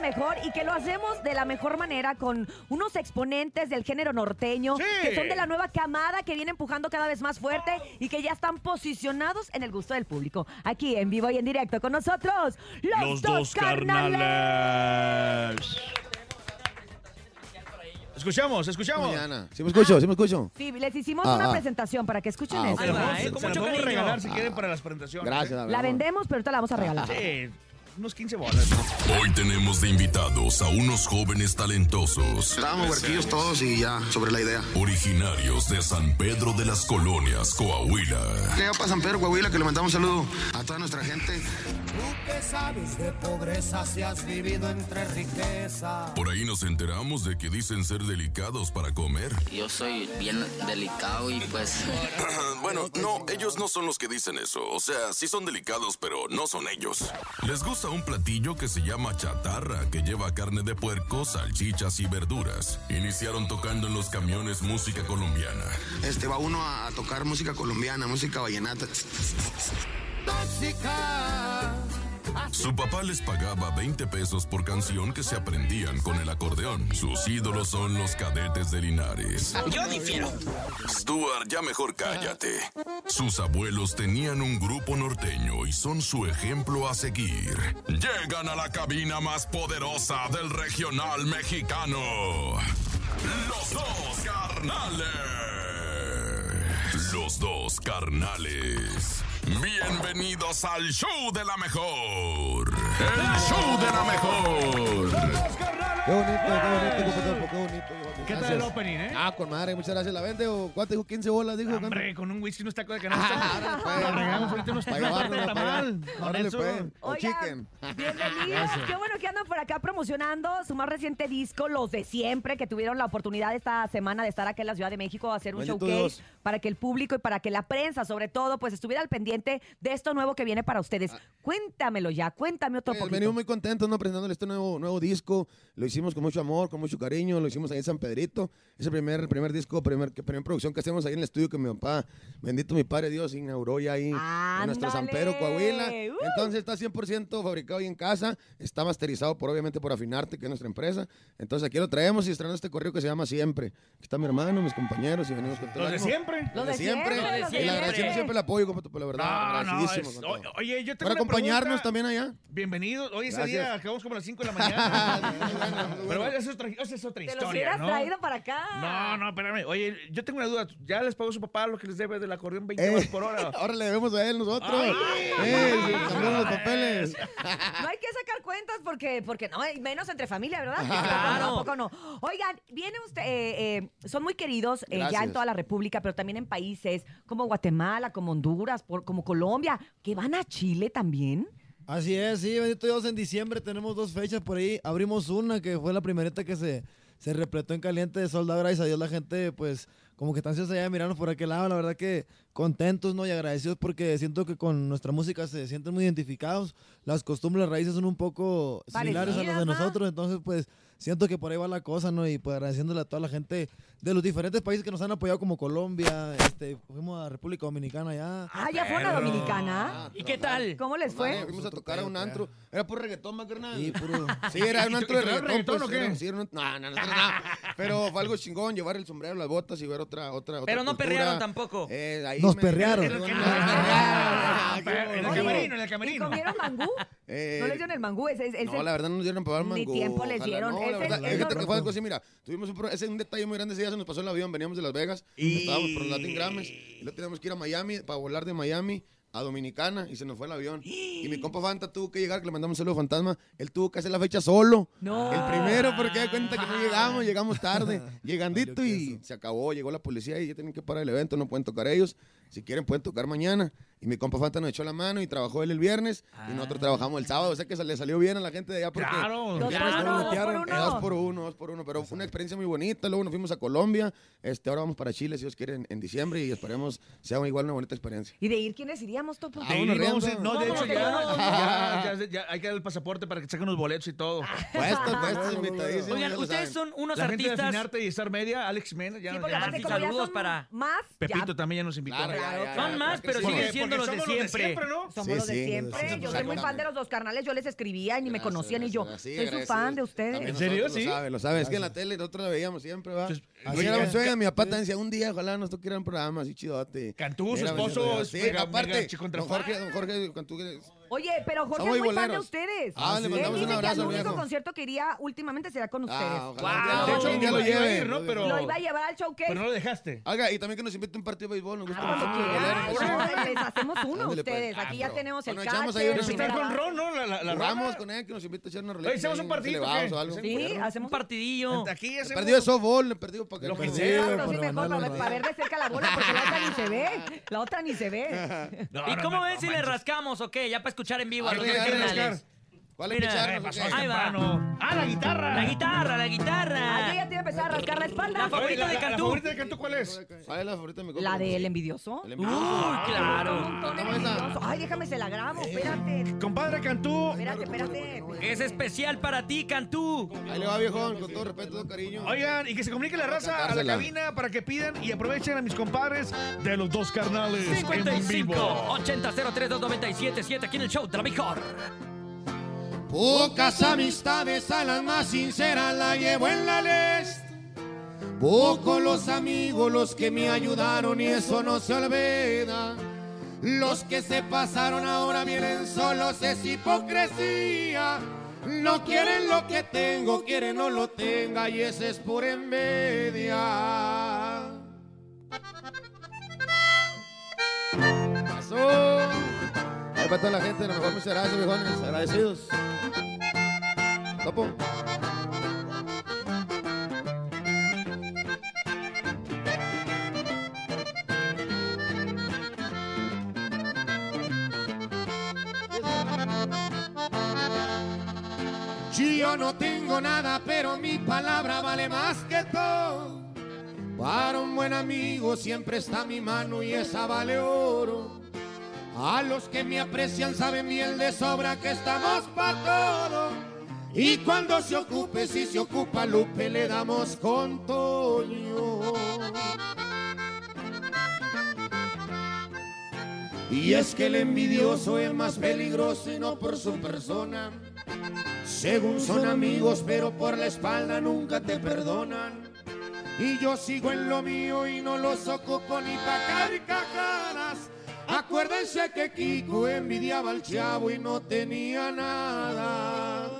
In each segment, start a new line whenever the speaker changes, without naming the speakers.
mejor y que lo hacemos de la mejor manera con unos exponentes del género norteño,
Sí.
que son de la nueva camada que viene empujando cada vez más fuerte y que ya están posicionados en el gusto del público. Aquí en vivo y en directo con nosotros, los,
Los dos carnales. Escuchamos, escuchamos.
Mañana. Sí me escucho, sí me escucho.
Sí, les hicimos
Ah,
una
ah.
presentación para que escuchen
Ah,
eso.
ok.
Se la
Ahí va,
podemos-
eh, con
se la
mucho
podemos
cariño.
regalar si quieren para las presentaciones.
Gracias,
¿eh?
a ver,
La
amor.
vendemos, pero ahorita la vamos a regalar.
Sí, unos 15 bolas.
Hoy tenemos de invitados a unos jóvenes talentosos,
Estábamos huerquillos todos y ya, sobre la idea.
originarios de San Pedro de las Colonias, Coahuila.
Que va para San Pedro, Coahuila, que le mandamos un saludo a toda nuestra gente.
Por ahí nos enteramos de que dicen ser delicados para comer.
Yo soy bien delicado y pues
bueno, no, ellos no son los que dicen eso. O sea, sí son delicados, pero no son ellos. Les gusta un platillo que se llama chatarra, que lleva carne de puerco, salchichas y verduras. Iniciaron tocando en los camiones música colombiana.
Este, va uno a, a tocar música colombiana, música vallenata.
Su papá les pagaba 20 pesos por canción que se aprendían con el acordeón. Sus ídolos son los cadetes de Linares.
Yo difiero.
Stuart, ya mejor cállate. Sus abuelos tenían un grupo norteño y son su ejemplo a seguir. Llegan a la cabina más poderosa del regional mexicano. Los dos carnales. Los dos carnales. Bienvenidos al show de la mejor. El show de la mejor.
Qué bonito, qué bonito, qué bonito, qué bonito. qué bonito.
¿Qué tal el
Gracias.
opening, eh?
Ah, con madre, muchas gracias. ¿La vende o cuánto dijo? 15 bolas, dijo. ¿Cuánto?
Hombre, con un whisky unos tacos de
Ah,
canasta.
órale, pues.
Nos regalamos ahorita unos
Para
tacos de
llevarnos,
canasta
para
tamal.
llevar.
Con
Órale,
eso.
pues. O
Oigan,
chicken.
bienvenidos. Qué bueno que andan por acá promocionando su más reciente disco, Los de Siempre, que tuvieron la oportunidad esta semana de estar acá en la Ciudad de México a hacer un
Bendito
showcase
Dios.
para que el público y para que la prensa, sobre todo, pues estuviera al pendiente de esto nuevo que viene para ustedes.
Ah.
Cuéntamelo ya, cuéntame otro
Oye,
poquito.
Venimos muy contentos, ¿no? Presentándole este nuevo, nuevo disco. Lo hicimos con mucho amor, con mucho cariño. Lo hicimos ahí en San Pedrito. Es el primer, primer disco, primer, que- primer producción que hacemos ahí en el estudio que mi papá, bendito mi padre Dios, inauguró ya ahí en nuestro San Pedro,
¡Ándale!
Coahuila.
¡Uh!
Entonces está 100% fabricado ahí en casa. Está masterizado, por obviamente, por Afinarte, que es nuestra empresa. Entonces aquí lo traemos y estrenamos este correo que se llama Siempre. Aquí está mi hermano, mis compañeros y venimos con todo
Los de
el ánimo.
siempre.
Lo
Lo de siempre.
lo de
Y le
siempre.
agradecemos siempre el apoyo, compa, por la verdad.
No, no.
Agradecidísimo,
es-
compa.
o- Oye, yo tengo
Por
una
acompañarnos
pregunta.
también allá.
Bienvenidos. Hoy ese
Gracias.
día acabamos como a las 5 de la mañana.
bueno.
Pero esa es otra, esa es otra
Te los
historia,
hubieras
¿no?
traído para acá.
No, no, espérame. Oye, yo tengo una duda. ¿Ya les pagó su papá lo que les debe del acordeón
Eh.
20
Eh,
dólares por hora? Ah,
Ahora le debemos a él nosotros.
Ay.
Eh, se cambiaron los papeles.
No hay que sacar cuentas porque, porque no, y menos entre familia, ¿verdad?
Claro.
Tampoco no. Oigan, viene usted, eh, eh, son muy queridos eh, ya en
Gracias.
toda la República, pero también en países como Guatemala, como Honduras, por, como Colombia, que van a Chile también.
Así es, sí, bendito Dios, en diciembre tenemos dos fechas por ahí. Abrimos una que fue la primerita que se, se repletó en caliente de soldado. Gracias a Dios la gente, pues, como que están allá de mirarnos por aquel lado. La verdad que contentos, ¿no? Y agradecidos porque siento que con nuestra música se sienten muy identificados. Las costumbres, las raíces son un poco similares a las
Parecidas,
de
¿no?
nosotros. Entonces, pues, siento que por ahí va la cosa, ¿no? Y pues agradeciéndole a toda la gente de los diferentes países que nos han apoyado, como Colombia, este, fuimos a República Dominicana ya.
Ah, ya fue una
perro.
dominicana.
¿Y qué tal?
¿Cómo les
Madre,
fue?
fuimos a tocar a un antro. Era por reggaetón, más carnal.
Y puro...
Sí, era un
¿Y- y-
antro de
y traían
reggaetón.
reggaetón
pues,
o qué?
era- sí, era un- no, no, nosotros no. Pero fue algo chingón llevar el sombrero, las botas y ver otra. otra, otra
Pero no
cultura.
perrearon tampoco.
Eh, ahí
Nos
me-
perrearon.
En el cam-
Ah, qué
en el
bonito.
camerino, en el
¿Y
camerino.
comieron mangú?
Eh,
no les dieron el mangú, ese es el...
No, la verdad no nos dieron para
Ni
mango.
tiempo les dieron.
No,
Es
la
el-
verdad,
es
fíjate
lo-
que fue algo así, mira, tuvimos un, pro- ese es un detalle muy grande, ese día se nos pasó el avión, veníamos de Las Vegas, estábamos por los Latin Grammys, y luego teníamos que ir a Miami, para volar de Miami a Dominicana, y se nos fue el avión. Y mi compa Fanta tuvo que llegar, que le mandamos un saludo Fantasma, él tuvo que hacer la fecha solo.
No.
El primero, porque da cuenta que no llegamos, llegamos tarde, llegandito y se acabó, llegó la policía y ya tienen que parar el evento, no pueden tocar ellos, si quieren pueden tocar mañana. Y mi compa Fanta nos echó la mano y trabajó él el viernes y nosotros trabajamos el sábado, o sea que se le salió bien a la gente de allá porque
Claro.
Dos
ya
por
nos
uno, dos por
bloquearon.
uno.
Eh, Dos por uno, dos por uno. Pero fue una experiencia muy bonita. Luego nos fuimos a Colombia. Este, ahora vamos para Chile, si Dios quiere, en, en diciembre. Y esperemos sea igual una bonita experiencia.
¿Y de ir quiénes iríamos, Topo?
Ah, uno
Sí, vamos
riendo.
a- no, de hecho, ya, ya, ya, entonces ya hay que dar el pasaporte para que saquen los boletos y todo.
Ah, Cuesta, cuesta, invitadísimo.
Oigan,
ya lo
ustedes
saben.
son unos
La gente de
artistas.
Afinarte y Estar Media, Alex Mena, ya,
Sí,
nos-
porque
ya
aparte
nos-
como ya
Saludos
son
para
más,
Pepito
ya
también ya nos invitó. Ah,
Claro, ya, ya,
Son
ya,
más,
claro que
pero
sí.
siguen
Porque-
siendo los
porque
de
somos
siempre.
¿no?
somos
Sí,
los de
sí,
siempre.
sí, sí,
yo soy muy fan
exactamente.
de los dos carnales, yo les escribía y ni me
Gracias,
conocían y yo,
gracias, sí,
soy su
gracias.
fan de
También
ustedes.
¿En serio?
nosotros
Sí.
Lo sabe, lo sabe. Es que en la tele nosotros la veíamos siempre, ¿va?
Entonces,
Así
güey,
era mi
ca-
suegra, mi papá también decía, un día, ojalá nosotros quieran un programa así chidote.
Cantú, su
Era,
esposo, es
Sí,
mega- mega
aparte,
chico
don Jorge, don Jorge Cantú, que-
Oye, pero Jorge
Somos
es muy fan de
boleros.
ustedes.
Ah, le
Él
mandamos
dice
un abrazo,
que al único
viejo.
concierto que iría últimamente será con ustedes.
Ah,
Wow.
ojalá.
De hecho,
un día
iba-
lo
iba a
lleve.
ir, ¿no? Pero-
Lo-
Lo iba a llevar al showcase.
Pero no lo dejaste.
Oiga, y también que nos invite un partido de béisbol, nos gusta.
Ah,
bastante
ah,
el
bueno,
bolero.
pues, les hacemos uno a
Ándale, pues.
ustedes.
Ah,
Aquí ya
pero-
tenemos el
bueno, echamos ahí
cartel,
una-
el
Eso está
primera
con
banda.
Ron, ¿no? La, la, la
Vamos
rana.
con él, que nos invite a echar una roleta.
Oye, ¿hacemos
ahí,
un partido,
unos elevados
qué?
o algo.
Sí, hacemos
Un
un
partidillo.
Aquí hacemos-
Perdido de softball, le perdido para que
Lo
no-
que
Sí,
Sí,
claro,
para
sí, mejor
mandarlo
para,
al
para ver
radio.
de cerca la bola, porque la otra ni se ve. La otra ni se ve.
No,
¿Y
no,
cómo
no,
ven
no
si le
manches.
rascamos o qué? Ya para escuchar en vivo a
Arre,
los
arre,
originales.
Oscar. ¿Cuál es
Mira,
echarnos,
Eh, pasó
o qué?
Ahí va.
temprano. Ah, la guitarra.
La guitarra, la
Ah, yo
guitarra.
ya te iba a empezar a rascar la espalda.
La favorita de
¿La
Cantú.
favorita de Cantú cuál es?
¿Cuál es la favorita de mi compa?
La del envidioso.
El
Uy,
envidioso.
Uh.
claro.
Un tono
¿Cómo esa?
envidioso. Ay, déjame, se la grabo. Espérate,
Compadre Cantú.
espérate, espérate.
Es especial para ti, Cantú.
Ahí le va, viejón, con todo respeto, todo cariño.
Oigan, y que se comunique la raza a la
Cantársela.
cabina para que pidan y aprovechen a mis compadres de los dos carnales. en
55
vivo.
80 03 297 7 aquí en el show de la mejor.
Pocas amistades a las más sinceras la llevo en la list. Pocos los amigos los que me ayudaron y eso no se olvida. Los que se pasaron ahora vienen solos, es hipocresía. No quieren lo que tengo, quieren no lo tenga y ese es por envidia. Pasó. Ahí para toda la gente, a lo mejor muchas gracias, viejones. Agradecidos. Topo. Yo no tengo nada, pero mi palabra vale más que todo. Para un buen amigo siempre está mi mano y esa vale oro. A los que me aprecian saben bien de sobra que estamos para todo. Y cuando se ocupe, si se ocupa Lupe, le damos con Toño. Y es que el envidioso es más peligroso y no por su persona. Según son amigos, pero por la espalda nunca te perdonan. Y yo sigo en lo mío y no los ocupo ni pa' carcajadas. Acuérdense que Kiko envidiaba al chavo y no tenía nada.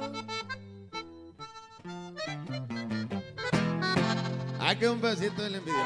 Ah, qué un pedacito del envidioso.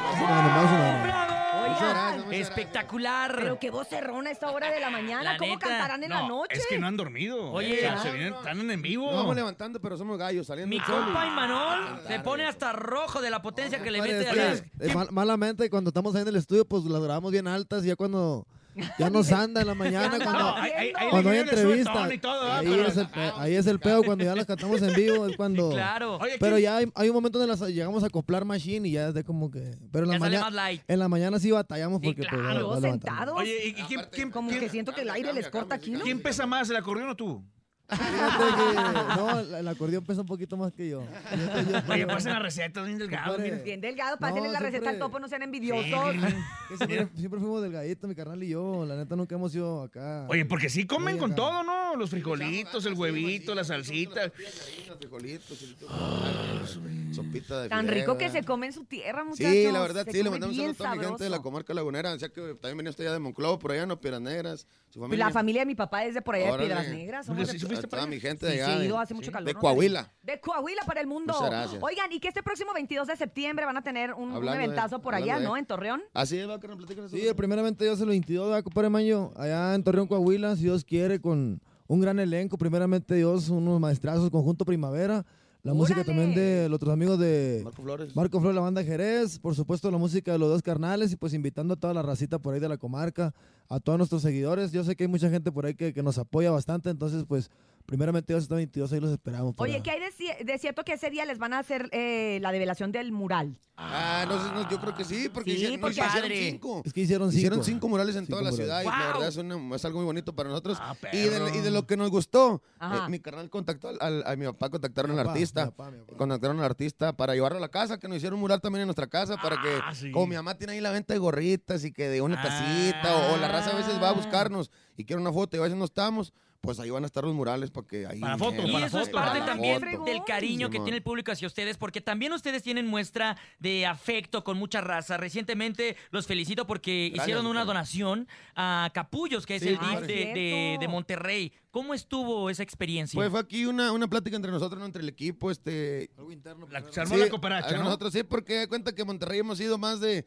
Oigan,
Espectacular.
pero qué voz cerrona a esta hora de la mañana.
La
¿Cómo
neta,
cantarán en la
No,
noche?
Es que no han dormido.
Oye,
O sea,
ah,
se vienen, están en vivo.
Nos vamos levantando, pero somos gallos saliendo.
Mi
del
compa
sol. Ah,
Imanol se pone hasta rojo de la potencia que le
Compadre,
mete
pues,
a
es
la...
que, eh, mal- malamente, cuando estamos ahí en el estudio, pues las grabamos bien altas y ya cuando ya nos anda en la mañana,
Ya
cuando,
andaba.
No, ahí- ahí- ahí
cuando hay
le sube el
entrevistas,
tono y todo, ¿verdad?
ahí
Pero-
es, el pe- ahí es el pedo, cuando ya las cantamos en vivo, es cuando...
Claro.
Oye,
Pero
¿quién-
ya hay, hay un momento en el que llegamos a acoplar machine y ya es de como que... Pero en
Ya sale
la, mañana-
más light.
en la mañana sí batallamos
Sí,
porque... pues,
claro,
ya- ya
Ah, Todos
levantamos.
sentados.
Oye, ¿y- y quién, quién-
como
quién-
que siento que el aire les corta aquí, ¿no?
quién pesa más, el acordeón o tú?
Fíjate que- No, el- el acordeón pesa un poquito más que yo. Fíjate, yo-
Oye, pasen la receta, bien delgado.
Compadre,
mira.
Bien delgado,
No,
pásenle la receta
siempre-
al topo, no sean envidiosos.
que siempre, siempre fuimos delgadito, mi carnal y yo. La neta nunca hemos ido acá.
Oye, porque sí comen
Sí,
con
acá.
todo, ¿no? Los frijolitos, el huevito, la salsita.
Frijolitos, chilito con carne, Sopita de
Tan
fideo,
rico que
¿verdad?
se come en su tierra, muchachos.
Sí, la verdad,
Se
sí, le
come
mandamos un
bien
saludo a toda mi gente de la
sabroso.
comarca lagunera. O sea que también venía usted allá de Monclova, por allá, no, Piedras Negras, su
Pues
familia.
la familia de mi papá es de por allá de
Órale.
Piedras Negras.
Porque
somos
si
de-
supiste
A
para
toda
allá.
mi gente
Sí,
de allá.
sí,
de-
ido, hace mucho calor.
De
¿no?
Coahuila.
De Coahuila para el mundo.
Muchas gracias.
Oigan, y que este próximo 22 de septiembre van a tener un, un
Hablando de-
eventazo por allá,
hablando de-
¿no? En Torreón.
Así es, va, carnal, platícanos.
Sí, primeramente Dios el 22 va, compadre Maño, allá en Torreón, Coahuila, si Dios quiere, con un gran elenco. Primeramente Dios, unos maestrazos, Conjunto Primavera. La música
¡Órale!
también de los otros amigos de
Marco Flores.
Marco Flores, la banda Jerez. Por supuesto, la música de los dos carnales y pues invitando a toda la racita por ahí de la comarca, a todos nuestros seguidores. Yo sé que hay mucha gente por ahí que, que nos apoya bastante, entonces pues Primeramente, Dios, hasta 22, ahí los esperamos. para-
Oye, ¿qué hay de, ci- de cierto que ese día les van a hacer eh, la develación del mural?
Ah, no, sé, no, yo creo que sí, porque,
Sí,
hicieron, no,
porque
hicieron
padre.
cinco.
Es que hicieron cinco.
Hicieron cinco murales en
Cinco
toda la
murales.
ciudad y la
¡Guau!
verdad es, una- es algo muy bonito para nosotros.
Ah,
y, de,
perro.
y de lo que nos gustó,
Ajá.
eh, mi carnal contactó al, al- a mi papá, contactaron al
papá,
artista.
mi papá, mi papá.
Contactaron al artista para llevarlo a la casa, que nos hicieron un mural también en nuestra casa para que,
Ah, sí.
como mi mamá tiene ahí la venta de gorritas y que de una
Ah.
tacita o, o la raza a veces va a buscarnos y quiere una foto y a veces no estamos, pues ahí van a estar los murales para que ahí...
Para foto,
Y
para
eso es
foto,
parte
para
también
foto.
del cariño
Sí,
que
mon.
tiene el público hacia ustedes, porque también ustedes tienen muestra de afecto con mucha raza. Recientemente los felicito porque
Gracias,
hicieron una
Ricardo.
donación a Capullos, que es
Sí,
el
Ah,
claro.
DIF de, de- de Monterrey. ¿Cómo estuvo esa experiencia?
Pues fue aquí una, una plática entre nosotros, ¿no? entre el equipo, este,
Algo interno. pues,
La-
algo-
se armó
Sí,
la cooperacha,
a
¿no?
Nosotros sí, porque de cuenta que Monterrey hemos ido más de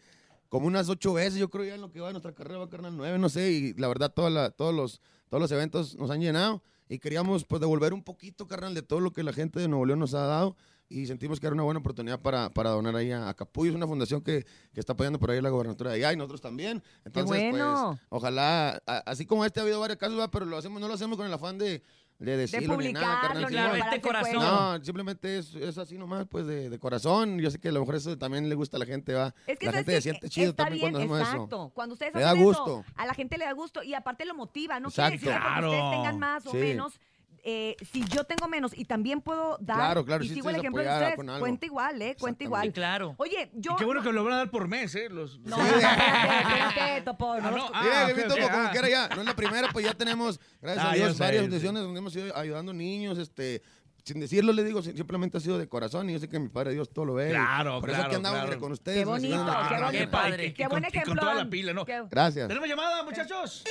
como unas ocho veces, yo creo ya en lo que va de nuestra carrera, va carnal nueve, no sé, y la verdad toda la- todos, los, todos los eventos nos han llenado y queríamos pues devolver un poquito, carnal, de todo lo que la gente de Nuevo León nos ha dado y sentimos que era una buena oportunidad para, para donar ahí a, a Capullo, es una fundación que, que está apoyando por ahí la gobernatura de allá y nosotros también. Entonces,
bueno.
pues, ojalá, a- así como este ha habido varios casos, va, pero lo hacemos, no lo hacemos con el afán de... De decirlo ni nada, carnal,
publicarlo,
sí,
ni
Claro,
no.
este
compararse,
corazón.
pues.
No, simplemente es, es así nomás, pues de, de corazón. Yo sé que a lo mejor eso también le gusta a la gente, va.
Es que
la
¿sabes
gente se
qué?
siente chido
Está
también
bien,
cuando hacemos
exacto.
eso.
Cuando ustedes
Le da
hacen eso,
gusto.
a la gente le da gusto y aparte lo motiva. No
Exacto.
quiere decir que porque ustedes
Claro.
tengan más o
Sí.
menos. eh, si yo tengo menos y también puedo dar
Claro, claro,
y
sí,
sigo el
ustedes
ejemplo de
apoyar
ustedes,
con algo.
cuenta igual, ¿eh? Cuenta
Exactamente.
Sí,
igual.
claro.
Oye, yo...
Y qué bueno que lo van a dar por mes, ¿eh? Los,
No,
Sí.
espérate, espérate, Topo, no
Ah,
los
no,
co-
ah,
Mira,
ok,
Gabito,
ok,
como- como
ah.
quiera ya. No es la primera, pues ya tenemos, gracias
Ah,
a
ya
Dios,
sé, ya
varias
sé.
fundaciones donde hemos ido ayudando niños, este. Sin decirlo, les digo, si- simplemente ha sido de corazón y yo sé que mi padre Dios todo lo ve. y
Claro,
Por eso
claro,
aquí andamos
claro.
mire, con ustedes.
Qué bonito,
enseñándoles
qué
aquí.
bonito.
Qué padre.
Qué
Y
buen
con- y con
ejemplo.
toda la pila, ¿no?
Qué-
Gracias.
¿Tenemos llamada, muchachos?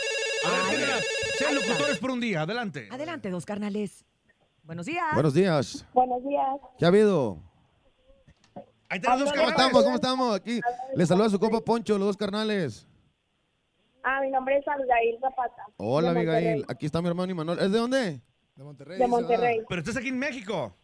A ver, tiene la- sean locutores por un día, adelante.
Adelante, dos carnales. Buenos días.
Buenos días.
Buenos días.
¿Qué ha habido?
Ahí tenemos dos
¿Cómo
carnales.
estamos? ¿Cómo estamos? Aquí les saluda su copa Poncho, los dos carnales.
Ah, mi nombre es Abigail Zapata.
Hola,
De Monterrey.
Abigail. Aquí está mi hermano Imanol. ¿Es de dónde?
De Monterrey.
De
dice, ¿verdad?
Monterrey.
Pero estás aquí en México.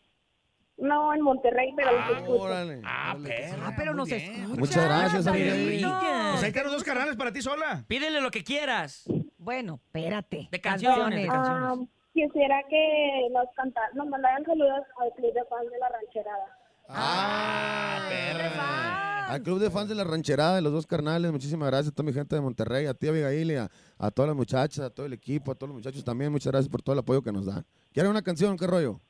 No, en Monterrey, pero los escucho.
Órale.
Ah, perra,
Ah, pero
muy
nos
bien.
escucha.
Muchas gracias, Abigail.
Ah.
Abigail.
Pues ahí tenemos dos carnales para ti sola.
Pídele lo que quieras.
Bueno, espérate.
De canciones, de canciones.
Ah, quisiera que nos cantar, nos mandaran saludos al club de fans de la rancherada.
Ah,
perra.
Al club de fans de la rancherada de los dos carnales, muchísimas gracias a toda mi gente de Monterrey, a ti Abigail, y a, a todas las muchachas, a todo el equipo, a todos los muchachos también, muchas gracias por todo el apoyo que nos dan. ¿Quieren una canción? ¿Qué rollo?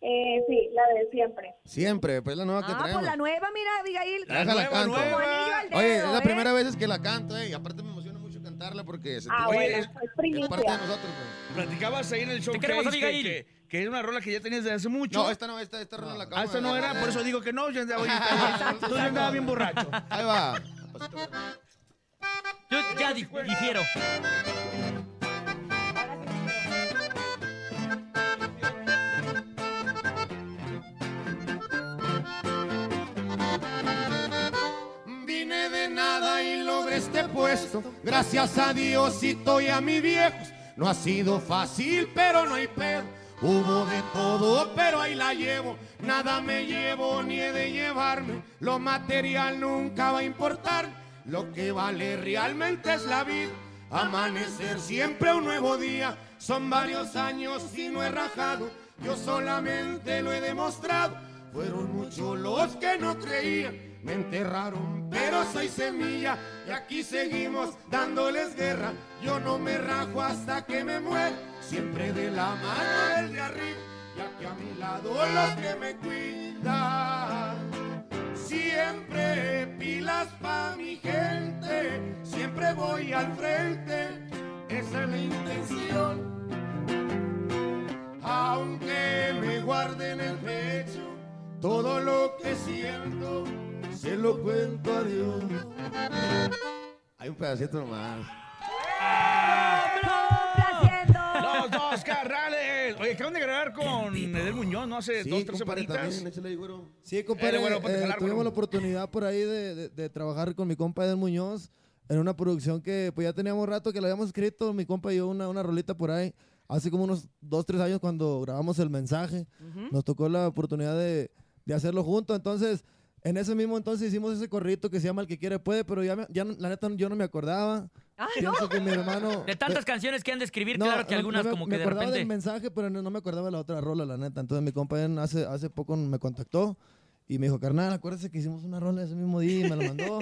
Eh, sí, la de siempre.
Siempre, pues la nueva que
Ah,
traemos.
pues la nueva, mira, Abigail.
La Déjala
nueva,
canto.
Como
nueva.
anillo al dedo,
Oye, es la
¿eh?
primera vez que la canto, eh, y aparte me emociona mucho cantarla porque se
Ah,
Oye,
bueno,
es-
es
es parte de
primicia.
nosotros. pues.
Platicabas ahí en el show
queremos,
que,
Abigail.
que, que es una rola que ya tenías desde hace mucho.
No, esta no, esta, esta rola la acabo
Ah, esta
de-
no era, por eso digo que no. Yo andaba, ahorita- tú ya andaba bien borracho.
Ahí va. Pasito, pues.
Ah.
Yo ya di- difiero.
Vine de nada y logré este puesto. Gracias a Diosito y a mi viejos. No ha sido fácil, pero no hay pedo. Hubo de todo, pero ahí la llevo. Nada me llevo ni he de llevarme. Lo material nunca va a importar. Lo que vale realmente es la vida. Amanecer siempre un nuevo día. Son varios años y no he rajado. Yo solamente lo he demostrado. Fueron muchos los que no creían, me enterraron, pero soy semilla y aquí seguimos dándoles guerra. Yo no me rajo hasta que me muera, siempre de la mano del de arriba, ya que a mi lado los que me cuidan. Siempre pilas pa' mi gente, siempre voy al frente, esa es la intención aunque me guarde en el pecho todo lo que siento, se lo cuento a Dios. Hay un pedacito nomás.
Complaciendo.
Los dos carnales. Oye, acaban de grabar con Edel Muñoz, ¿no? Hace dos, tres semanitas.
Sí, compadre,
Eh, bueno, ponte a
eh,
jalar,
tuvimos la
bueno.
oportunidad por ahí de, de- de trabajar con mi compa Edel Muñoz en una producción que pues ya teníamos rato que la habíamos escrito, mi compa y yo, una, una rolita por ahí, hace como unos dos, tres años cuando grabamos El Mensaje, nos tocó la oportunidad de, de hacerlo juntos, entonces en ese mismo entonces hicimos ese corrito que se llama El que quiere puede, pero ya, me- ya no- la neta yo no me acordaba,
Ah, no.
Pienso que mi hermano...
De tantas canciones que han de escribir,
Pues, No,
claro que
no,
algunas
no me-
como
me
que de
acordaba
repente...
del mensaje, pero no, no me acordaba de la otra rola, la neta. Entonces mi compa en- hace, hace poco me contactó y me dijo, carnal, acuérdese que hicimos una rola ese mismo día y me la mandó.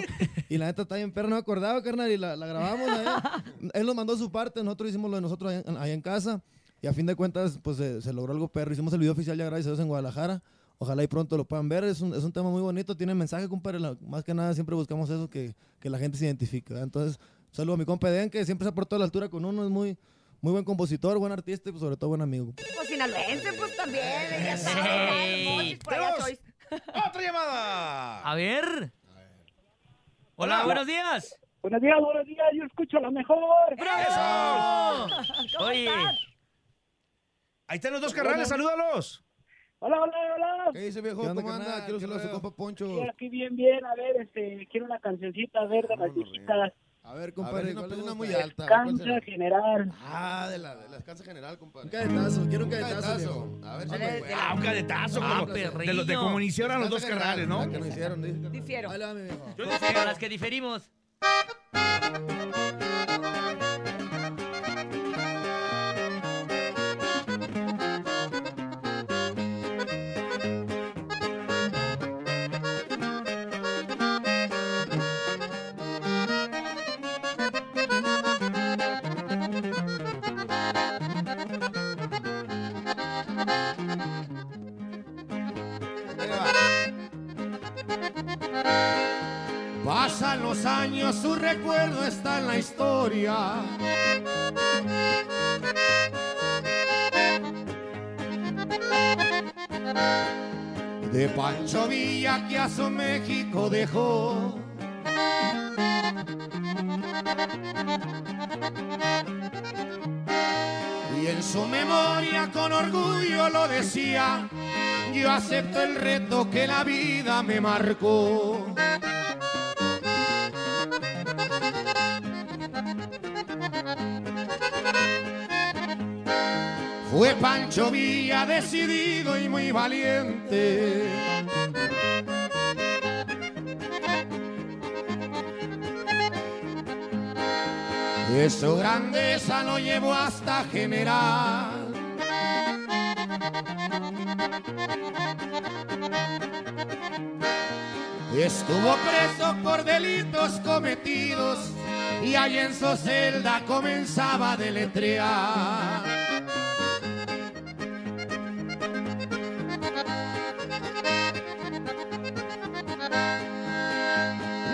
y la neta está bien perra, no me acordaba, carnal, y la, la grabamos. allá. Él nos mandó su parte, nosotros hicimos lo de nosotros allá en, allá en casa. Y a fin de cuentas, pues se, se logró algo perro. Hicimos el video oficial ya, gracias a Dios, en Guadalajara. Ojalá y pronto lo puedan ver. Es un, es un tema muy bonito, tiene mensaje, compadre. La- más que nada, siempre buscamos eso, que, que la gente se identifique. ¿verdad? Entonces, saludo a mi compa Eden, que siempre se ha portado a la altura con uno. Es muy, muy buen compositor, buen artista y pues, sobre todo buen amigo.
Pues sinaloense, pues también. ya sabes, hay mochis por allá,
Tenemos
Choice.
otra llamada.
A ver. Hola, buenos días.
Buenos días, buenos días, yo escucho la mejor. Oh.
¿Cómo
Oye.
estás?
Ahí están los dos carrales, salúdalos.
Hola, hola, hola.
¿Qué dice, viejo?
¿Qué onda,
¿Cómo anda?
carnal?
Quiero
¿Qué
saludar a su
rollo?
compa Poncho.
Sí, aquí bien, bien, a ver, este, quiero una cancioncita, a ver, de las viejitas.
A ver,
A ver,
compadre.
una
¿cuál le
persona
gusta?
muy
Ah,
alta. ¿cuál
Cansa
será?
general.
Ah, de la, de la descansa general, compadre.
Un cadetazo, quiero un cadetazo, viejo.
A ver si
Dale,
me-
dale.
Ah, un cadetazo.
Ah,
como- de los de
perrillo.
comunicación a los dos
Descansa
carrales, ¿no?
general, la que nos hicieron, dice, carnal.
Difiero.
Ahí le va, mi
Ah,
viejo.
Para las que diferimos.
Ahí va. Pasan los años, su recuerdo está en la historia. De Pancho Villa que a su México dejó. Y en su memoria con orgullo lo decía, yo acepto el reto que la vida me marcó. Fue Pancho Villa decidido y muy valiente. De su grandeza lo llevó hasta general. Estuvo preso por delitos cometidos y ahí en su celda comenzaba a deletrear.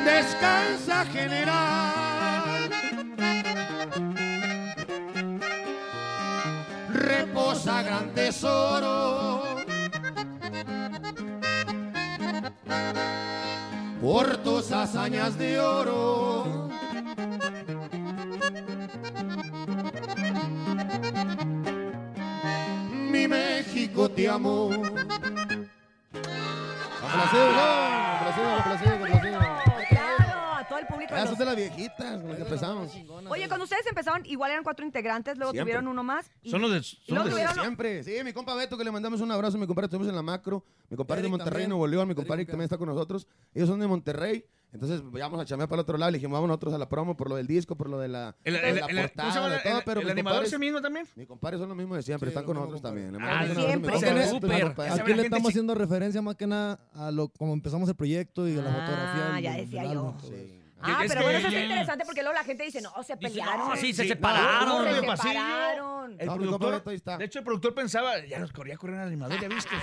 Descansa general. Reposa gran tesoro. por tus hazañas de oro. Mi México te amó. Complacido, complacido, complacido, complacido.
Claro, a todo el público. de
Gracias
los-
de las viejitas, con las que empezamos.
Oye, cuando ustedes empezaron, igual eran cuatro integrantes, luego
Siempre.
tuvieron uno más. y-
Son los de.
y luego
Son los de
tuvieron-
Siempre. Sí, mi compa Beto, que le mandamos un abrazo. Mi compadre, estuvimos en la macro. Mi compadre de
Eric
Monterrey,
también.
Nuevo León. Mi
Eric
compadre
acá.
también está con nosotros. Ellos son de Monterrey. Entonces, pues, vamos a chamear para el otro lado. Le dijimos, vamos nosotros a la promo por lo del disco, por lo de la,
el,
de
el- el-
la
¿cómo se
portada,
llama?
de todo.
El-
Pero
el
mis
animador
compadres-
ese mismo también.
mis compadres son los mismos de siempre.
Sí,
están
los
con
mismos
nosotros
compadres.
también. Le
Ah,
mandamos un abrazo a mi
siempre.
compadre.
Ojalá,
Saludos,
súper.
Pues,
compadre.
Ya se
Aquí le
gente
estamos
sí-
haciendo referencia más que nada a lo como empezamos el proyecto y a la
Ah,
fotografía.
ya
del-
decía
del
yo.
álbum, todo eso.
Ah,
Es
pero
que-
bueno, eso está
ya-
interesante porque luego la gente dice, no, se
Dice,
pelearon.
no, sí, se
Sí,
separaron.
no, no, no,
Se
de pasillo.
separaron.
El
No, mi compadre
productor,
Beto ahí está.
De hecho, el productor pensaba, ya nos corría a correr al animador, ya viste.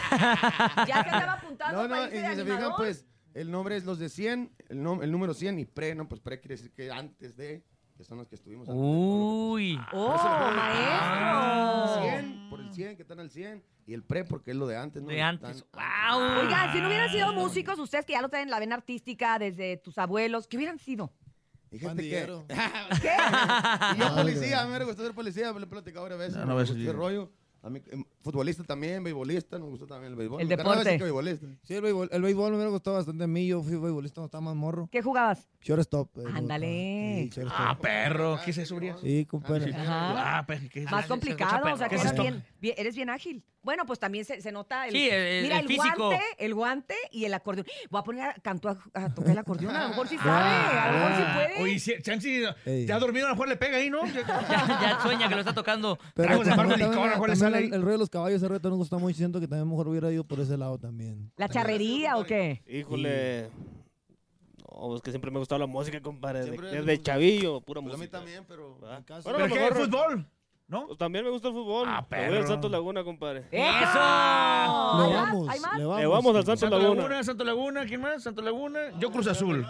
Ya se andaba apuntando
No, no,
para
y
irse
si
de
se fijan,
animador.
pues, el nombre es los de 100, el, nom- el número 100 y pre, no, pues pre quiere decir que antes de, que son los que estuvimos. antes de todo
Uy.
Ah.
¡Oh,
lo que-
maestro!
100 por el 100, que están al 100, y el pre porque es lo de antes, ¿no?
De
Están
antes. ¡Wow!
Oigan, si no hubieran sido músicos, ustedes que ya lo traen la vena artística desde tus abuelos, ¿qué hubieran sido?
Y gente que...
Pandillero.
¿Qué?
Y yo policía, a mí me gustó ser policía, me lo he platicado varias veces.
No,
No,
no
no, me
ves
gustó
el-
el rollo. A mí, em, futbolista también, beisbolista, nos gustó también el béisbol.
El
Mi carnal
deporte.
es que beisbolista.
Sí, el béisbol, el béisbol me hubiera gustado bastante a mí. Yo fui beisbolista cuando estaba más morro.
¿Qué jugabas?
Shortstop. eh, me
Ándale. Ah.
gustaba. Sí, shortstop.
Ah, perro, ¿qué es eso, Urias?
Sí, compadre.
Ajá.
Ah, perro, ¿qué es eso?
Más complicado, o sea, que
¿Qué es
eran
esto?
bien, bien- eres bien ágil. Bueno, pues también se, se nota el,
Sí, el-
mira,
el
el,
físico.
guante, el guante y el acordeón. Voy a poner a Cantú a, a tocar el acordeón, a lo mejor sí sabe, a lo mejor sí
Ah,
puede.
Oye, si- Chansi, ya ha dormido, a lo mejor le pega ahí, ¿no?
Ya, ya sueña que lo está tocando.
Pero
Tragos de
pues,
amargo
también-
licor, ¿cuál
también
sale
el,
ahí?
el rollo de los caballos, ese reto no gustó mucho. y Siento que también mejor hubiera ido por ese lado también.
¿La charrería o qué?
Híjole. No, es que siempre me ha gustado la música, compadre. de- desde chavillo,
Pues
pura música. A mí también,
pero.
Bueno,
¿Pero
a lo
qué?
mejor-
¿Fútbol? ¿No?
Pues también me gusta el fútbol. Ah, pero.
perro.
al Santos Laguna, compadre.
¡Eso!
Le vamos,
¿Hay más?
le vamos. Le vamos al Santos
Santo
Laguna.
Laguna, Santo Laguna, ¿quién más? Santo Laguna. Yo Cruz Azul.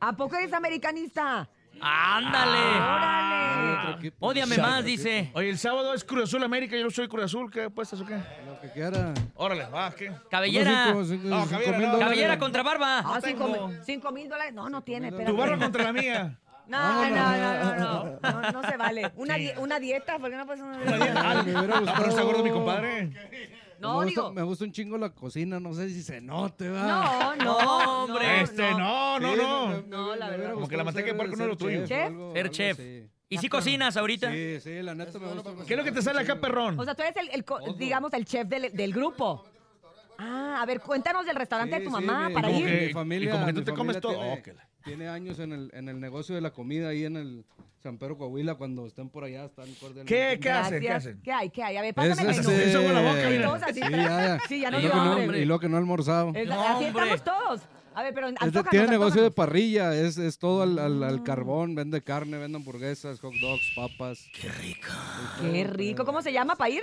¿A poco eres americanista?
Ah.
¡Ándale!
Órale.
Ódiame más, dice.
Oye, el sábado es Cruz Azul América, yo soy Cruz Azul, ¿qué apuestas o qué? Lo que quiera. Órale, va, ¿qué?
Cabellera.
No, cabellera, no.
Cabellera contra barba.
Ah, cinco, mil- cinco mil dólares. No, no tiene.
Tu
espérate.
barba contra la mía.
No, no, no, no, no, no, no se vale. Una, die- una dieta, ¿por qué no puedes una dieta?
Ah, pero está gordo mi compadre.
No,
me gusta,
digo-
Me gusta un chingo la cocina, no sé si se note, va.
No, no,
hombre. Este, no, no,
Sí,
no.
me- me- me
No, la
hubiera
verdad.
Como que la
gustado
manteca de
ser-
puerco no
ser
es lo tuyo.
chef o algo-
Ser
algo
chef.
así.
¿Y si cocinas ahorita?
Sí, sí, la neta me gusta.
¿Qué es lo que te sale acá, perrón?
O sea, tú eres el, el co- digamos, el chef del, del grupo. Ah, a ver, cuéntanos del restaurante de tu mamá
mi-
para
mi-
ir.
mi
y
familia,
como que tú
mi
te comes
familia
todo.
Tiene,
Oh, que
tiene años en el, en el negocio de la comida ahí en el San Pedro Coahuila. Cuando estén por allá, están cordialmente
¿Qué- qué
Gracias.
hacen? ¿Qué hacen?
¿Qué hay? ¿Qué hay? A ver,
Es
pásame el menú.
este-
Y todos así.
Sí, ya, ya.
Sí, ya no
y, lo que
dio
no,
hambre.
y lo que no he almorzado.
Es la- así estamos todos. A ver, pero
Este
antójanos,
tiene negocio de
antójanos.
parrilla, es, es todo al, al-
Ah.
al carbón, vende carne, vende hamburguesas, hot dogs, papas. Qué rico.
Qué rico. ¿Cómo se llama para ir?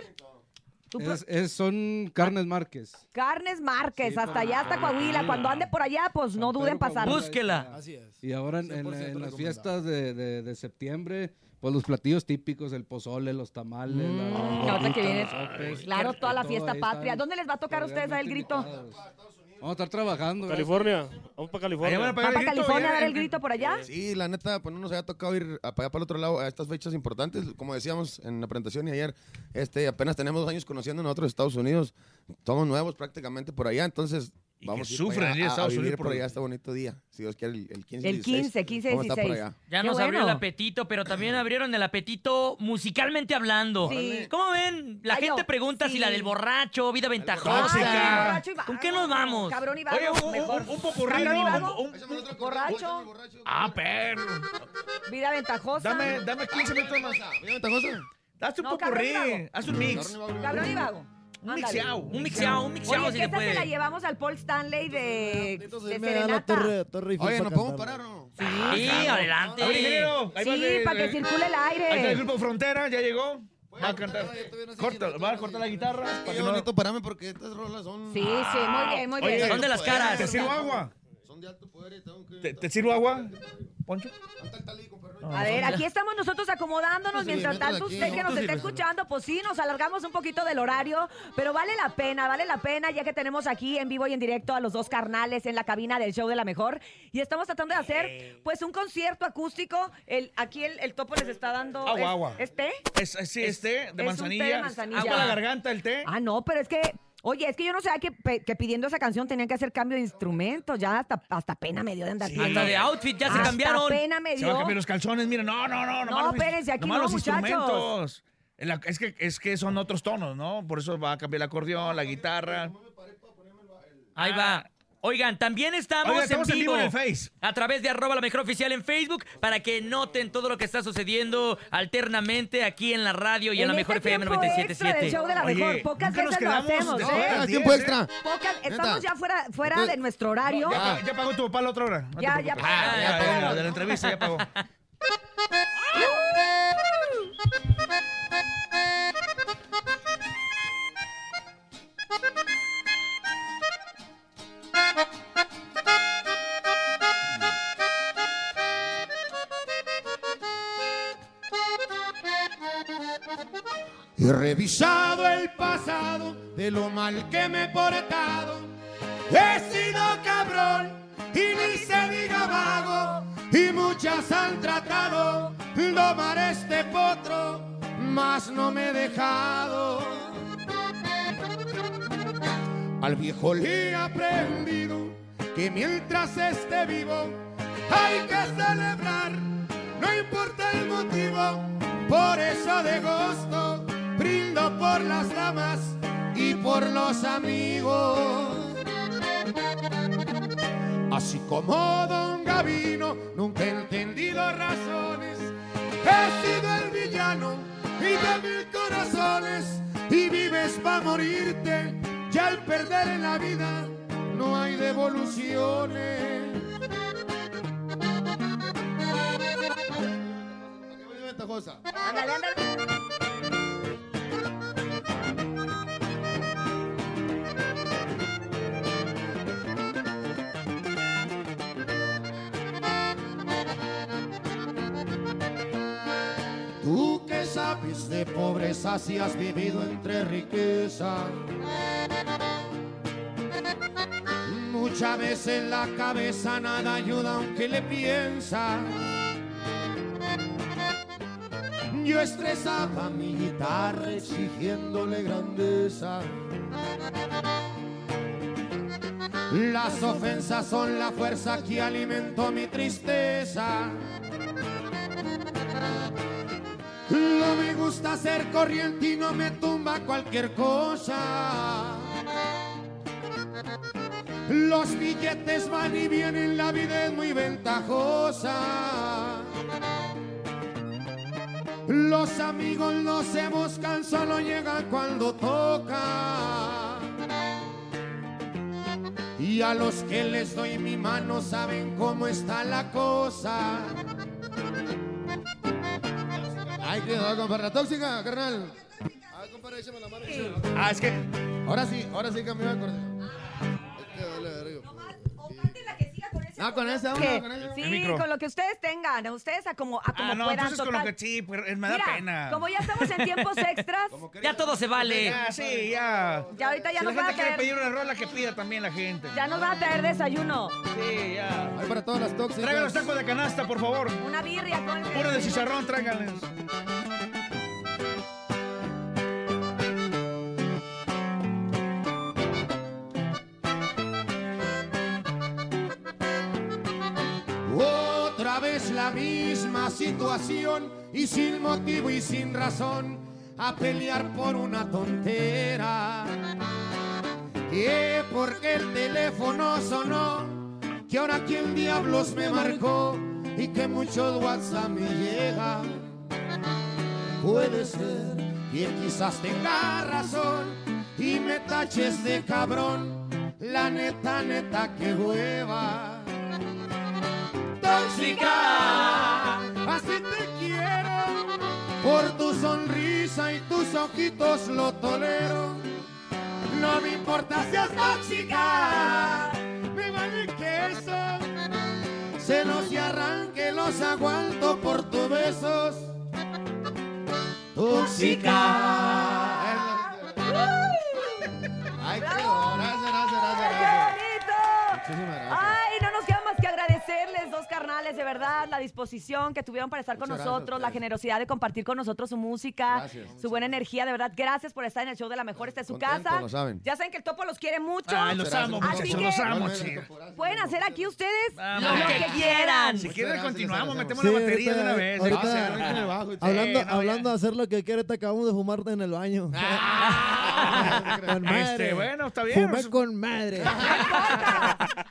Tú pro-
Es, es- son carnes Márquez.
Carnes Márquez, hasta allá, hasta Coahuila. Cuando ande por allá, pues no duden en pasar.
Así es. Y ahora en, en- en
100%
las
recomendado.
fiestas de, de- de septiembre, pues los platillos típicos, el pozole, los tamales, la- las
Que ahorita Mm, que
gorditas,
viene,
los sopes.
claro, toda la
Todo
fiesta
ahí
patria.
están.
¿Dónde les va a tocar a ustedes a el grito?
Vamos a estar trabajando.
California. Vamos para California.
¿Van para California a dar el grito por allá?
Sí, la neta, pues no nos había tocado ir a- para allá para el otro lado a estas fechas importantes. Como decíamos en la presentación y ayer, este, apenas tenemos dos años conociendo nosotros Estados Unidos. Somos nuevos prácticamente por allá, entonces vamos
que
a ir para
sufren
allá
allí en
a- a
Estados
vivir
Unidos
por,
por-
allá este bonito día. Si Dios quiere, el, el 15
El 15, 15,
vamos a estar por
16.
allá.
Ya
Qué
nos abrió el
bueno.
apetito, pero también abrieron el apetito musicalmente hablando.
Sí.
¿Cómo ven? La gente pregunta si la del borracho, vida ventajosa.
Tóxica.
borracho y va-
¿Con qué nos vamos?
Cabrón y vago,
Oye, un,
mejor.
un, un popurrí,
Cabrón y
¿no?
vago,
Un- un-
borracho,
Ah, perro.
vida ventajosa.
Dame, dame 15 minutos más. Hazte un
No,
popurrí.
cabrón y vago.
Haz un mix.
Cabrón y vago.
Un
Ándale.
mixeado.
Un mixeado, un mixeado
Oye,
si
que
se
esta se la
puede.
llevamos al Paul Stanley de, de
Me da la
Serenata.
torre, torre Eiffel
Oye,
para
¿nos podemos
cantar.
parar o no?
Sí, adelante.
A ver, ingeniero. ahí va
Sí,
el- eh,
para que circule el aire.
Ahí está el grupo Frontera, ya llegó. Va a cantar. Corta, va a cortar la guitarra. para
Qué
que no-
bonito, parame porque estas rolas son...
Sí, sí, muy bien, muy bien.
Oye,
Son de las caras.
¿Te sirvo agua?
Son de alto poder y tengo que...
¿Te, te sirvo agua? Poncho.
A ver, aquí estamos nosotros acomodándonos. Mientras tanto,
aquí,
usted que
¿no?
nos
Tus
está escuchando, pues sí, nos alargamos un poquito del horario, pero vale la pena, vale la pena, ya que tenemos aquí en vivo y en directo a los dos carnales en la cabina del show de la mejor. Y estamos tratando de hacer, pues, un concierto acústico. El, aquí el, el topo les está dando.
Agua,
es-
agua.
¿es té?
Es, es- sí, es té
un
de
té de
manzanilla.
manzanilla.
Agua a la garganta, el té.
Ah, no, pero es que. Oye, es que yo no sabía que, pe- que pidiendo esa canción tenían que hacer cambio de instrumento. Ya hasta, hasta pena me dio de andar pidiendo.
Hasta de outfit ya se
Hasta
cambiaron.
pena me
Se van a
dio.
cambiar los calzones, mira, no, no, no, nomás los-
espérense, aquí
nomás
no,
los
muchachos.
instrumentos. En la- Es que, es que son otros tonos, ¿no? Por eso va a cambiar el acordeón, la guitarra.
Ahí va. Oigan, también estamos,
Oigan, estamos
en, vivo
en el Face.
a través de arroba la mejor oficial en Facebook para que noten todo lo que está sucediendo alternamente aquí en la radio y en, la
este
mejor FM
tiempo extra del show de
977.
la
Oye,
mejor. Pocas
nunca nos
veces lo
quedamos
hacemos,
después de
¿eh?
Ah,
las
tiempo
10,
extra.
¿eh?
Pocas- estamos ya fuera, fuera
Entonces-
de nuestro horario.
Ya, ya pagó tu papá la otra hora. No
Ya,
te
ya
preocupes.
pagó,
Ah,
ya pagó.
De la entrevista ya pagó.
He revisado el pasado de lo mal que me he portado. He sido cabrón y ni se diga vago. Y muchas han tratado de domar este potro, mas no me he dejado. Al viejo le he aprendido que mientras esté vivo hay que celebrar, no importa el motivo. Por eso de gusto
Brindo por las damas y por los amigos. Así como Don Gavino, nunca he entendido razones. He sido el villano y de mil corazones. Y vives para morirte, y al perder en la vida no hay devoluciones.
ventajosa.
Ándale, ándale.
Tú que sabes de pobreza si has vivido entre riqueza. Muchas veces en la cabeza nada ayuda aunque le piensa. Yo estresaba mi guitarra exigiéndole grandeza. Las ofensas son la fuerza que alimentó mi tristeza. No me gusta ser corriente y no me tumba cualquier cosa. Los billetes van y vienen, la vida es muy ventajosa. Los amigos no se buscan, solo llegan cuando toca. Y a los que les doy mi mano saben cómo está la cosa.
Ay, cuidado, compadre. La tóxica, carnal.
A ver, compadre, échame la mano.
Ah, es que. Ahora sí, ahora sí cambió el corte.
No, con esa,
vámonos, con esa, vámonos. El
Sí,
micro.
con lo que ustedes tengan, a ustedes a como, a como
Ah, no,
puedan.
entonces con lo
total.
que sí, pero eh, me da
Mira,
pena.
como ya estamos en tiempos extras,
Ya todo se vale.
pues, Ya, sí, ya.
Ya ahorita ya
si
nos
la
van a
gente quiere
traer-
pedir una rola, que pida también la gente.
ya nos van a traer desayuno.
Sí, ya.
Hay para todas las tóxicas.
Traigan los tacos de canasta, por favor.
Una birria con
Puro de chicharrón, tráiganles.
Otra vez la misma situación y sin motivo y sin razón a pelear por una tontera. Que porque el teléfono sonó, que ahora quien diablos me marcó y que muchos WhatsApp me llegan. Puede ser que quizás tenga razón y me taches de cabrón, la neta, neta que hueva. Tóxica, así te quiero, por tu sonrisa y tus ojitos lo tolero. No me importa si es tóxica, me vale queso, celos y arranque los aguanto por tus besos. Tóxica.
Ay, qué gracias, gracias, gracias. Muchísimas gracias.
Ay, no nos queda más que agradecerles, dos carnales, de verdad, la disposición que tuvieron para estar con
Muchas gracias a
nosotros, la generosidad de compartir con nosotros su música,
Gracias.
su buena energía, de verdad, gracias por estar en el show de la mejor, esta es su
Contentos,
casa.
lo saben.
Ya saben que el topo los quiere mucho.
Ay, los amo,
Así
muchachos,
que
los amo,
Gracias.
chido.
Pueden hacer aquí ustedes
Vamos.
lo que quieran.
Si quieren, continuamos, metemos
Sí,
la batería de una
ahorita-
vez. ¿eh?
ahorita-
No, se agarran con el bajo y-
hablando
Sí, no,
hablando de hacer lo que quiere, te acabamos de fumarte en el baño. con
Este,
madre.
bueno, está bien.
Fumé con madre.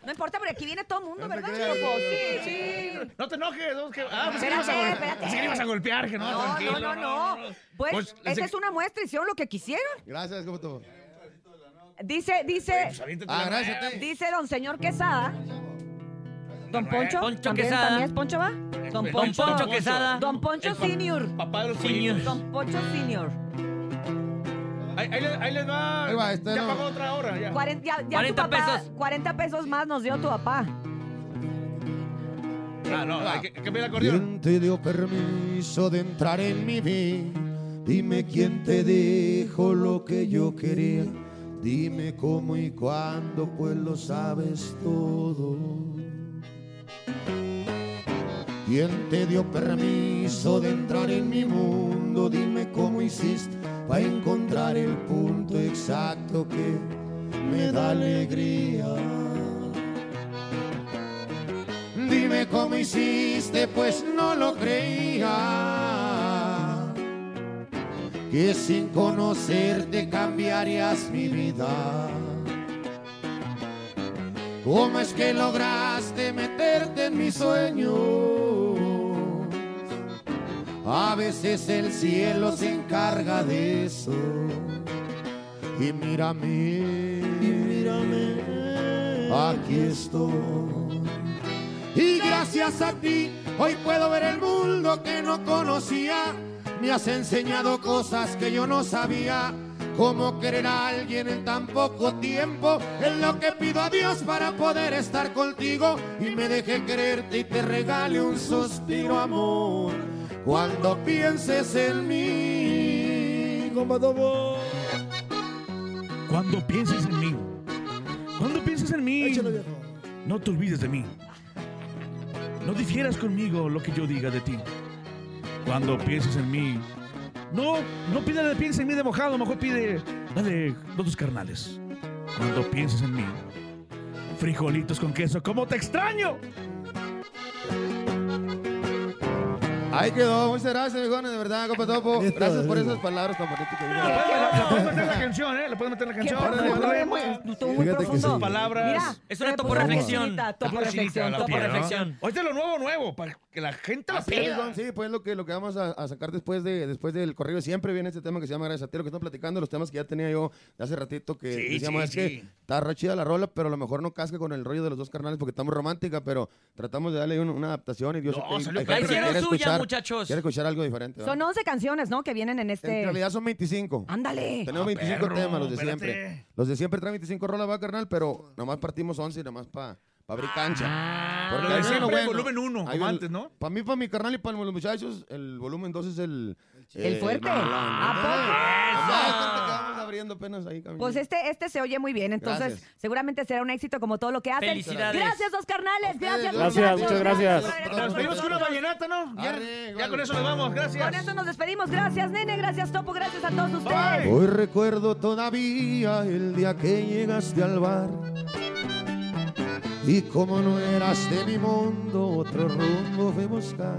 No importa, porque aquí viene todo el mundo, ¿verdad, Chopo? Sí, sí.
No te enojes, no, que, ah, pues
Espérate,
que le ibas a golpear.
espérate.
Pensé que le ibas a golpear, que no,
No,
tranquilo.
no, no, no. Pues,
Pues,
esa
ese-
es una muestra, hicieron lo que quisieron.
Gracias, Coto.
Dice, dice,
Pues,
aviéntate Ah, la gracias, nueva.
dice don señor Quesada. Don Poncho,
Poncho
¿también,
Quesada.
también es Poncho, ¿va? Don
Don
Poncho,
Poncho Quesada.
Don Poncho
El pa-
Senior.
Papá de los
Senior.
pollitos.
Don Poncho Senior.
Ahí, ahí les, ahí les va.
Ahí va, este
ya
no.
pagó otra hora. Ya.
Cuaren- ya, ya tu
40
papá,
pesos.
40 pesos más nos dio tu papá.
Ah, no, hay que hay que cambiar el acordeón.
¿Quién te dio permiso de entrar en mi vida? Dime quién te dijo lo que yo quería. Dime cómo y cuándo, pues lo sabes todo. ¿Quién te dio permiso de entrar en mi mundo? Dime cómo hiciste para encontrar el punto exacto que me da alegría. Dime cómo hiciste, pues no lo creía. que sin conocerte cambiarías mi vida. ¿Cómo es que lograste meterte en mis sueños? A veces el cielo se encarga de eso. Y mírame, y mírame, aquí estoy. Y gracias a ti hoy puedo ver el mundo que no conocía. Me has enseñado cosas que yo no sabía. Cómo querer a alguien en tan poco tiempo es lo que pido a Dios para poder estar contigo y me deje quererte y te regale un suspiro amor cuando pienses en mí.
Cuando pienses en mí, cuando pienses en mí, no te olvides de mí. No difieras conmigo lo que yo diga de ti. Cuando pienses en mí, no, no pide la de piensa en mí de mojado, mejor pide la de los dos carnales. Cuando pienses en mí, frijolitos con queso, ¿cómo te extraño?
Ahí quedó, muchas gracias, mijones, de verdad, compa Topo. Gracias por esas palabras tan bonitas que Ah.
Le puedes meter la canción, ¿eh? Le puedes meter la canción.
profundo, eh,
Le puedes meter-
muy- estuvo muy Fíjate que profundo. sí. Mira, Es una se me topo puso reflexión. facilita, topo
Está facilita
reflexión,
la
topo
piel, ¿no?
reflexión.
Ahorita lo nuevo, nuevo, para que la gente la
Así es,
pida.
Don, Sí, pues lo que, lo que vamos a, a sacar después, de, después del correo. Siempre viene este tema que se llama Gracias a ti, lo que están platicando, los temas que ya tenía yo de hace ratito que
Sí,
decíamos,
sí,
es
sí.
que está re chida la rola, pero a lo mejor no casca con el rollo de los dos carnales porque estamos romántica, pero tratamos de darle un- una adaptación y Dios
No, salió
perra. La hicieron suya,
muchachos.
Quiere escuchar algo diferente. ¿va?
Son 11 canciones, ¿no? Que vienen en este...
En realidad son 25.
Ándale.
Tenemos
Ah,
25
perro,
temas, los de
espérate.
siempre. Los de siempre traen 25 rolas, va, carnal, pero nomás partimos 11 y nomás para abrir cancha.
Ah. lo de siempre, volumen uno, como antes,
¿no? Para mí, para mi carnal y para los muchachos, el volumen 2 es el... Pues,
El fuerte. ¿A poco?
Ah.
Estamos abriendo apenas ahí, cabrón.
Pues este, este se oye muy bien, entonces
Gracias.
seguramente será un éxito como todo lo que hacen.
Felicidades.
Gracias, dos carnales. Gracias,
Gracias,
muchachos,
muchas gracias.
Nos pedimos con una vallenata, ¿no? Ya, ya con eso nos vamos,
Con
gracias.
eso nos despedimos. Gracias, nene. Gracias, Topo. Gracias a todos ustedes.
Hoy recuerdo todavía el día que llegaste al bar y como no eras de mi mundo, otro rumbo fui a buscar.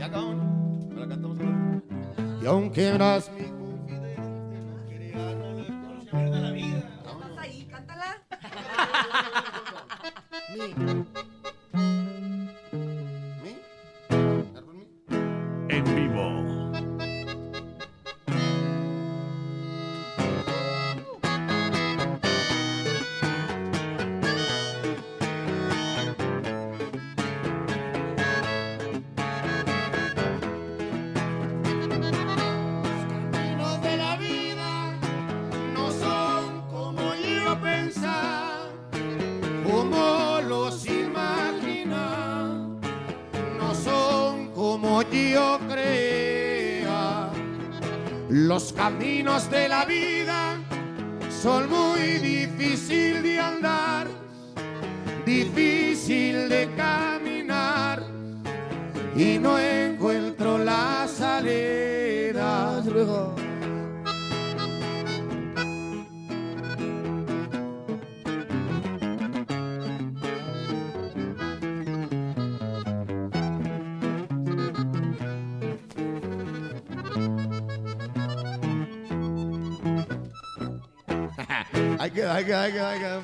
Ya cabrón, me la cantamos. Y aunque eras mi
Ahí, cántala.
En vivo.
caminos de la vida no son como yo pensaba, como los imaginaba, no son como yo creía. Los caminos de la vida son muy difícil de andar, difícil de caminar y no encuentro la salida.
Hay que, hay que, hay que, hay que.